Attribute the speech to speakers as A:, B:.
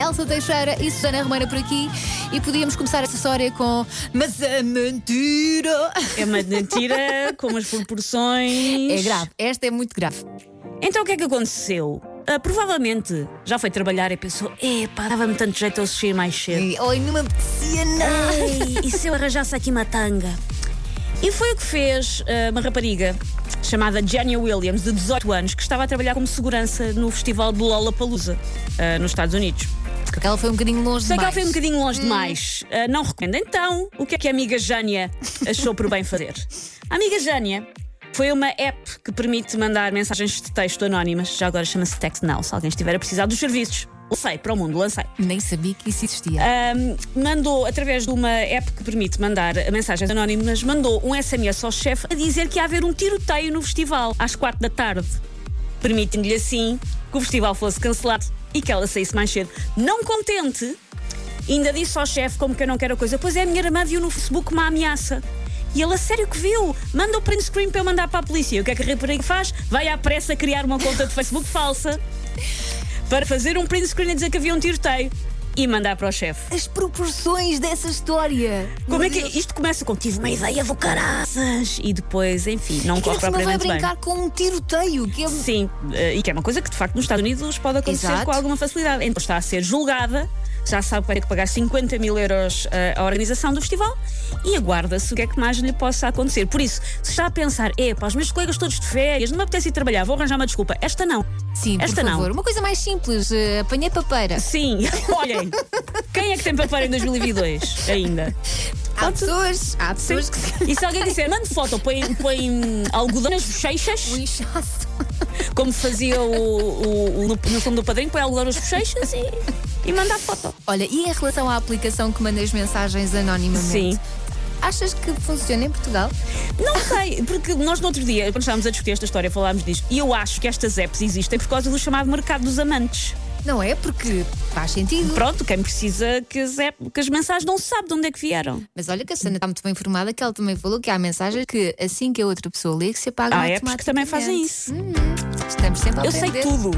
A: Elsa Teixeira e Susana Romana por aqui e podíamos começar essa história com Mas a mentira
B: É uma mentira com umas proporções.
A: é grave, esta é muito grave.
B: Então o que é que aconteceu? Ah, provavelmente já foi trabalhar e pensou: epá, dava-me tanto jeito eu sair mais cedo.
A: E, Oi, não me apetecia nada.
B: Ei, e se eu arranjasse aqui uma tanga? E foi o que fez ah, uma rapariga chamada Jenny Williams, de 18 anos, que estava a trabalhar como segurança no festival de Lollapalooza, ah, nos Estados Unidos.
A: Porque ela foi um bocadinho longe
B: Só que ela
A: demais.
B: foi um bocadinho longe demais. Ah, não recomendo. Então, o que é que a amiga Jânia achou por bem fazer? A amiga Jânia foi uma app que permite mandar mensagens de texto anónimas. Já agora chama-se Text Now, se alguém estiver a precisar dos serviços. Lancei, para o mundo, lancei.
A: Nem sabia que isso existia.
B: Ahm, mandou, através de uma app que permite mandar mensagens anónimas, mandou um SMS ao chefe a dizer que ia haver um tiroteio no festival, às quatro da tarde. Permitindo-lhe assim que o festival fosse cancelado e que ela saísse mais cedo. Não contente, ainda disse ao chefe como que eu não quero a coisa. Pois é, a minha irmã viu no Facebook uma ameaça. E ele, a sério que viu? Manda o print screen para eu mandar para a polícia. E O que é que a rapariga faz? Vai à pressa criar uma conta de Facebook falsa para fazer um print screen a dizer que havia um tiroteio e mandar para o chefe.
A: As proporções dessa história.
B: Como é que isto começa com tive uma ideia do caraças e depois, enfim, não
A: Que
B: corre
A: não vai
B: propriamente bem.
A: brincar com um tiroteio que é...
B: Sim, eh, e que é uma coisa que de facto nos Estados Unidos pode acontecer
A: Exato.
B: com alguma facilidade. Então está a ser julgada, já sabe que vai ter que pagar 50 mil euros eh, à organização do festival e aguarda-se o que é que mais lhe possa acontecer. Por isso, se está a pensar, epá, os meus colegas todos de férias, não me apetece ir trabalhar, vou arranjar uma desculpa. Esta não.
A: Sim,
B: Esta
A: por
B: não.
A: favor. Uma coisa mais simples, eh, apanhei papeira.
B: Sim, olhem, quem é que tem papel em 2022 ainda?
A: Há pessoas, há pessoas que se
B: E se alguém disser, mande foto, põe, põe algodão nas bochechas,
A: um inchaço.
B: como fazia o, o- o- no, no filme do padrinho, põe algodão nas bochechas e, e manda a foto.
A: Olha, e em relação à aplicação que manda as mensagens anonimamente?
B: Sim.
A: Achas que funciona em Portugal?
B: Não sei, porque nós no outro dia, quando estávamos a discutir esta história, falámos disto, e eu acho que estas apps existem por causa do chamado mercado dos amantes.
A: Não é? Porque faz sentido.
B: Pronto, quem precisa que as, app- que as mensagens não se sabe de onde é que vieram.
A: Mas olha que a Sana está muito bem informada que ela também falou que há mensagens que assim que a outra pessoa lê que se apagam
B: Há apps que também
A: é automaticamente.
B: fazem isso.
A: Estamos sempre a
B: Eu sei
A: aprender.
B: tudo.